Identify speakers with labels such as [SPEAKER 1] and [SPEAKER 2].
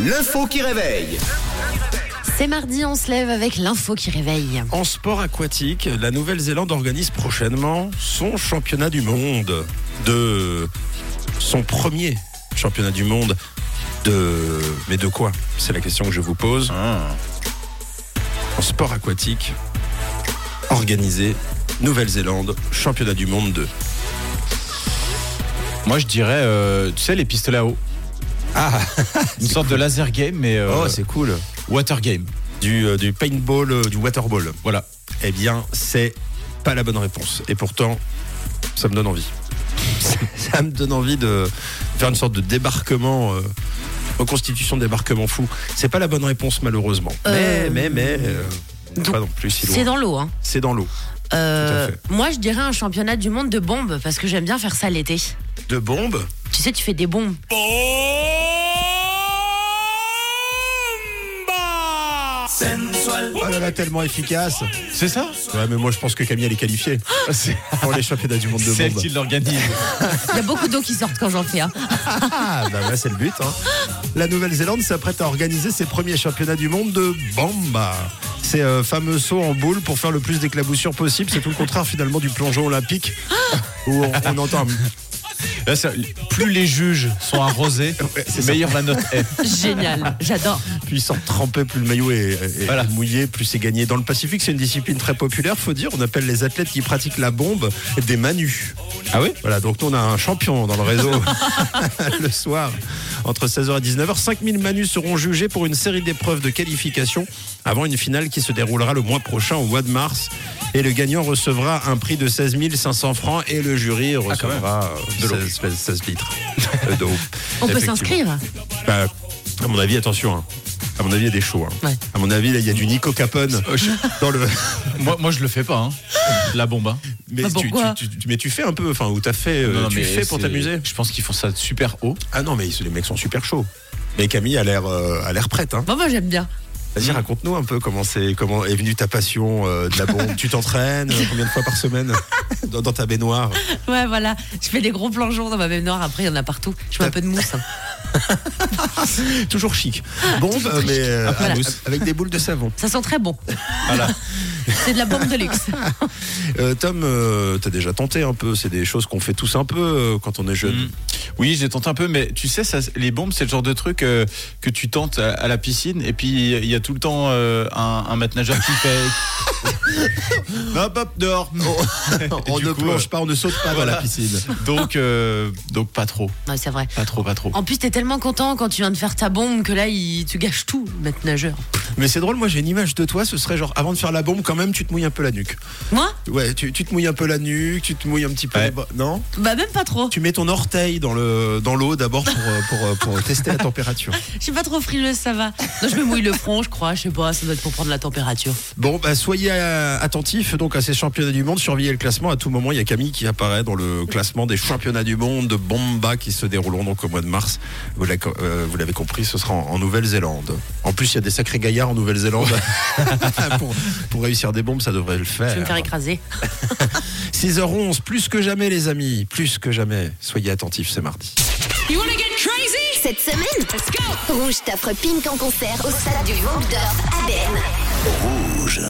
[SPEAKER 1] L'info qui réveille.
[SPEAKER 2] C'est mardi, on se lève avec l'info qui réveille.
[SPEAKER 3] En sport aquatique, la Nouvelle-Zélande organise prochainement son championnat du monde de son premier championnat du monde de mais de quoi C'est la question que je vous pose. En sport aquatique, organisé Nouvelle-Zélande championnat du monde de
[SPEAKER 4] Moi, je dirais, euh, tu sais, les pistolets à eau.
[SPEAKER 3] Ah,
[SPEAKER 4] Une sorte de laser game, mais euh,
[SPEAKER 3] oh, c'est cool.
[SPEAKER 4] water game.
[SPEAKER 3] Du, euh, du paintball, euh, du waterball.
[SPEAKER 4] Voilà.
[SPEAKER 3] Eh bien, c'est pas la bonne réponse. Et pourtant, ça me donne envie. ça me donne envie de faire une sorte de débarquement, euh, reconstitution de débarquement fou. C'est pas la bonne réponse, malheureusement.
[SPEAKER 2] Euh,
[SPEAKER 3] Mais, mais, mais. euh,
[SPEAKER 2] donc,
[SPEAKER 3] pas non plus si
[SPEAKER 2] C'est
[SPEAKER 3] loin.
[SPEAKER 2] dans l'eau. Hein.
[SPEAKER 3] C'est dans l'eau.
[SPEAKER 2] Euh,
[SPEAKER 3] Tout à fait.
[SPEAKER 2] moi, je dirais un championnat du monde de bombes parce que j'aime bien faire ça l'été.
[SPEAKER 3] De bombes
[SPEAKER 2] Tu sais, tu fais des bombes.
[SPEAKER 3] Oh là là, tellement efficace
[SPEAKER 4] C'est ça
[SPEAKER 3] Ouais, mais moi je pense que Camille elle est qualifiée
[SPEAKER 2] Ah
[SPEAKER 4] C'est
[SPEAKER 3] pour les championnats du monde de
[SPEAKER 4] elle
[SPEAKER 3] bombes.
[SPEAKER 4] qui l'organise.
[SPEAKER 2] Il y a beaucoup d'eau qui sort quand j'en fais. hein.
[SPEAKER 3] Ah, bah ouais, c'est le but. hein. La Nouvelle-Zélande s'apprête à organiser ses premiers championnats du monde de bamba. Ces euh, fameux sauts en boule pour faire le plus d'éclaboussures possible. C'est tout le contraire finalement du plongeon olympique où on, on entend. un-
[SPEAKER 4] Là, c'est- plus les juges sont arrosés,
[SPEAKER 3] c'est
[SPEAKER 4] meilleure la note est.
[SPEAKER 2] Génial, j'adore.
[SPEAKER 3] Plus ils sortent trempés, plus le maillot est, est-
[SPEAKER 4] Voilà.
[SPEAKER 3] est mouillé, plus c'est gagné. Dans le Pacifique, c'est une discipline très populaire, faut dire. On appelle les athlètes qui pratiquent la bombe des manus.
[SPEAKER 4] Ah oui
[SPEAKER 3] Voilà, donc nous on a un champion dans le réseau le soir. Entre 16h et 19h, 5000 manus seront jugés pour une série d'épreuves de qualification avant une finale qui se déroulera le mois prochain au mois de mars. Et le gagnant recevra un prix de 16 500 francs et le jury recevra euh,
[SPEAKER 4] Ah, De l'eau.
[SPEAKER 3] 16, 16 litres euh, d'eau.
[SPEAKER 2] On peut
[SPEAKER 3] Effectivement.
[SPEAKER 2] s'inscrire.
[SPEAKER 3] Bah, à mon avis, attention. hein. À mon avis, il y a des shows. hein.
[SPEAKER 2] Ouais.
[SPEAKER 3] À mon avis, là, il y a du Nico Capone
[SPEAKER 4] Oh,
[SPEAKER 3] dans le.
[SPEAKER 4] Moi, moi, je le fais pas. hein. La bombe. hein.
[SPEAKER 3] Mais,
[SPEAKER 2] Bah,
[SPEAKER 3] tu,
[SPEAKER 2] pourquoi
[SPEAKER 3] tu- tu- mais tu fais un peu, enfin, ou t'as fait, euh,
[SPEAKER 4] Non, non,
[SPEAKER 3] tu
[SPEAKER 4] mais
[SPEAKER 3] fais pour
[SPEAKER 4] c'est-
[SPEAKER 3] t'amuser.
[SPEAKER 4] Je pense qu'ils font ça super haut.
[SPEAKER 3] Ah non, mais ils- les mecs sont super chauds. Mais Camille a l'air, euh, a l'air prête. Hein.
[SPEAKER 2] Bon, Bah, moi, j'aime bien.
[SPEAKER 3] Vas-y,
[SPEAKER 4] Mm.
[SPEAKER 3] raconte-nous un peu comment c'est, comment est venue ta passion euh, de la bombe. tu t'entraînes euh, combien de fois par semaine dans, dans ta baignoire
[SPEAKER 2] Ouais, voilà. Je fais des gros plongeons dans ma baignoire. Après, il y en a partout. Je mets un peu de mousse. hein.
[SPEAKER 3] Toujours chic. Bombe,
[SPEAKER 2] Toujours
[SPEAKER 3] mais euh,
[SPEAKER 4] peu
[SPEAKER 3] avec-
[SPEAKER 4] douce.
[SPEAKER 3] avec des boules de savon.
[SPEAKER 2] Ça sent très bon.
[SPEAKER 4] Voilà.
[SPEAKER 2] C'est de la bombe de luxe.
[SPEAKER 3] Euh, Tom, euh, t'as déjà tenté un peu. C'est des choses qu'on fait tous un peu euh, quand on est jeune.
[SPEAKER 4] Mm. Oui, j'ai tenté un peu, mais tu sais, ça, les bombes, c'est le genre de truc euh, que tu tentes à, à la piscine, et puis il y a tout le temps euh, un, un maître nageur qui fait. hop, hop, dehors Et
[SPEAKER 3] on
[SPEAKER 4] du
[SPEAKER 3] ne
[SPEAKER 4] coup,
[SPEAKER 3] plonge
[SPEAKER 4] euh,
[SPEAKER 3] pas, on ne saute pas dans la
[SPEAKER 4] voilà.
[SPEAKER 3] piscine.
[SPEAKER 4] Donc, euh, donc pas trop,
[SPEAKER 2] Ouais, c'est vrai.
[SPEAKER 4] pas trop, pas trop.
[SPEAKER 2] En plus, t'es tellement content quand tu viens de faire ta bombe que là, il- tu gâches tout, le maître nageur.
[SPEAKER 3] Mais c'est drôle, moi j'ai une image de toi. Ce serait genre avant de faire la bombe, quand même, tu te mouilles un peu la nuque.
[SPEAKER 2] Moi
[SPEAKER 3] Ouais, tu, tu te mouilles un peu la nuque, tu te mouilles un petit peu.
[SPEAKER 4] Ouais.
[SPEAKER 3] les bras. Non
[SPEAKER 2] Bah, même pas trop.
[SPEAKER 3] Tu mets ton orteil dans le dans l'eau d'abord pour, euh, pour, euh, pour tester la température.
[SPEAKER 2] Je suis pas trop frileuse, ça va. Non, je me mouille le front, je crois. Je sais pas, ça doit être pour prendre la température.
[SPEAKER 3] Bon, bah, soyez euh, attentifs donc à ces championnats du monde. Surveillez le classement. À tout moment, il y a Camille qui apparaît dans le classement des championnats du monde de Bomba qui se dérouleront donc au mois de mars. Vous l'avez euh, vous l'avez compris, ce sera en, en Nouvelle-Zélande. En plus, il y a des sacrés gaillards en Nouvelle-Zélande. pour, pour réussir des bombes, ça devrait le
[SPEAKER 2] Je vais me
[SPEAKER 3] faire.
[SPEAKER 2] faire écraser.
[SPEAKER 3] 6h11, plus que jamais, les amis. Plus que jamais. Soyez attentifs, c'est mardi.
[SPEAKER 5] Cette semaine, Rouge t'offre Pink en concert au stade du Vendeur à BN.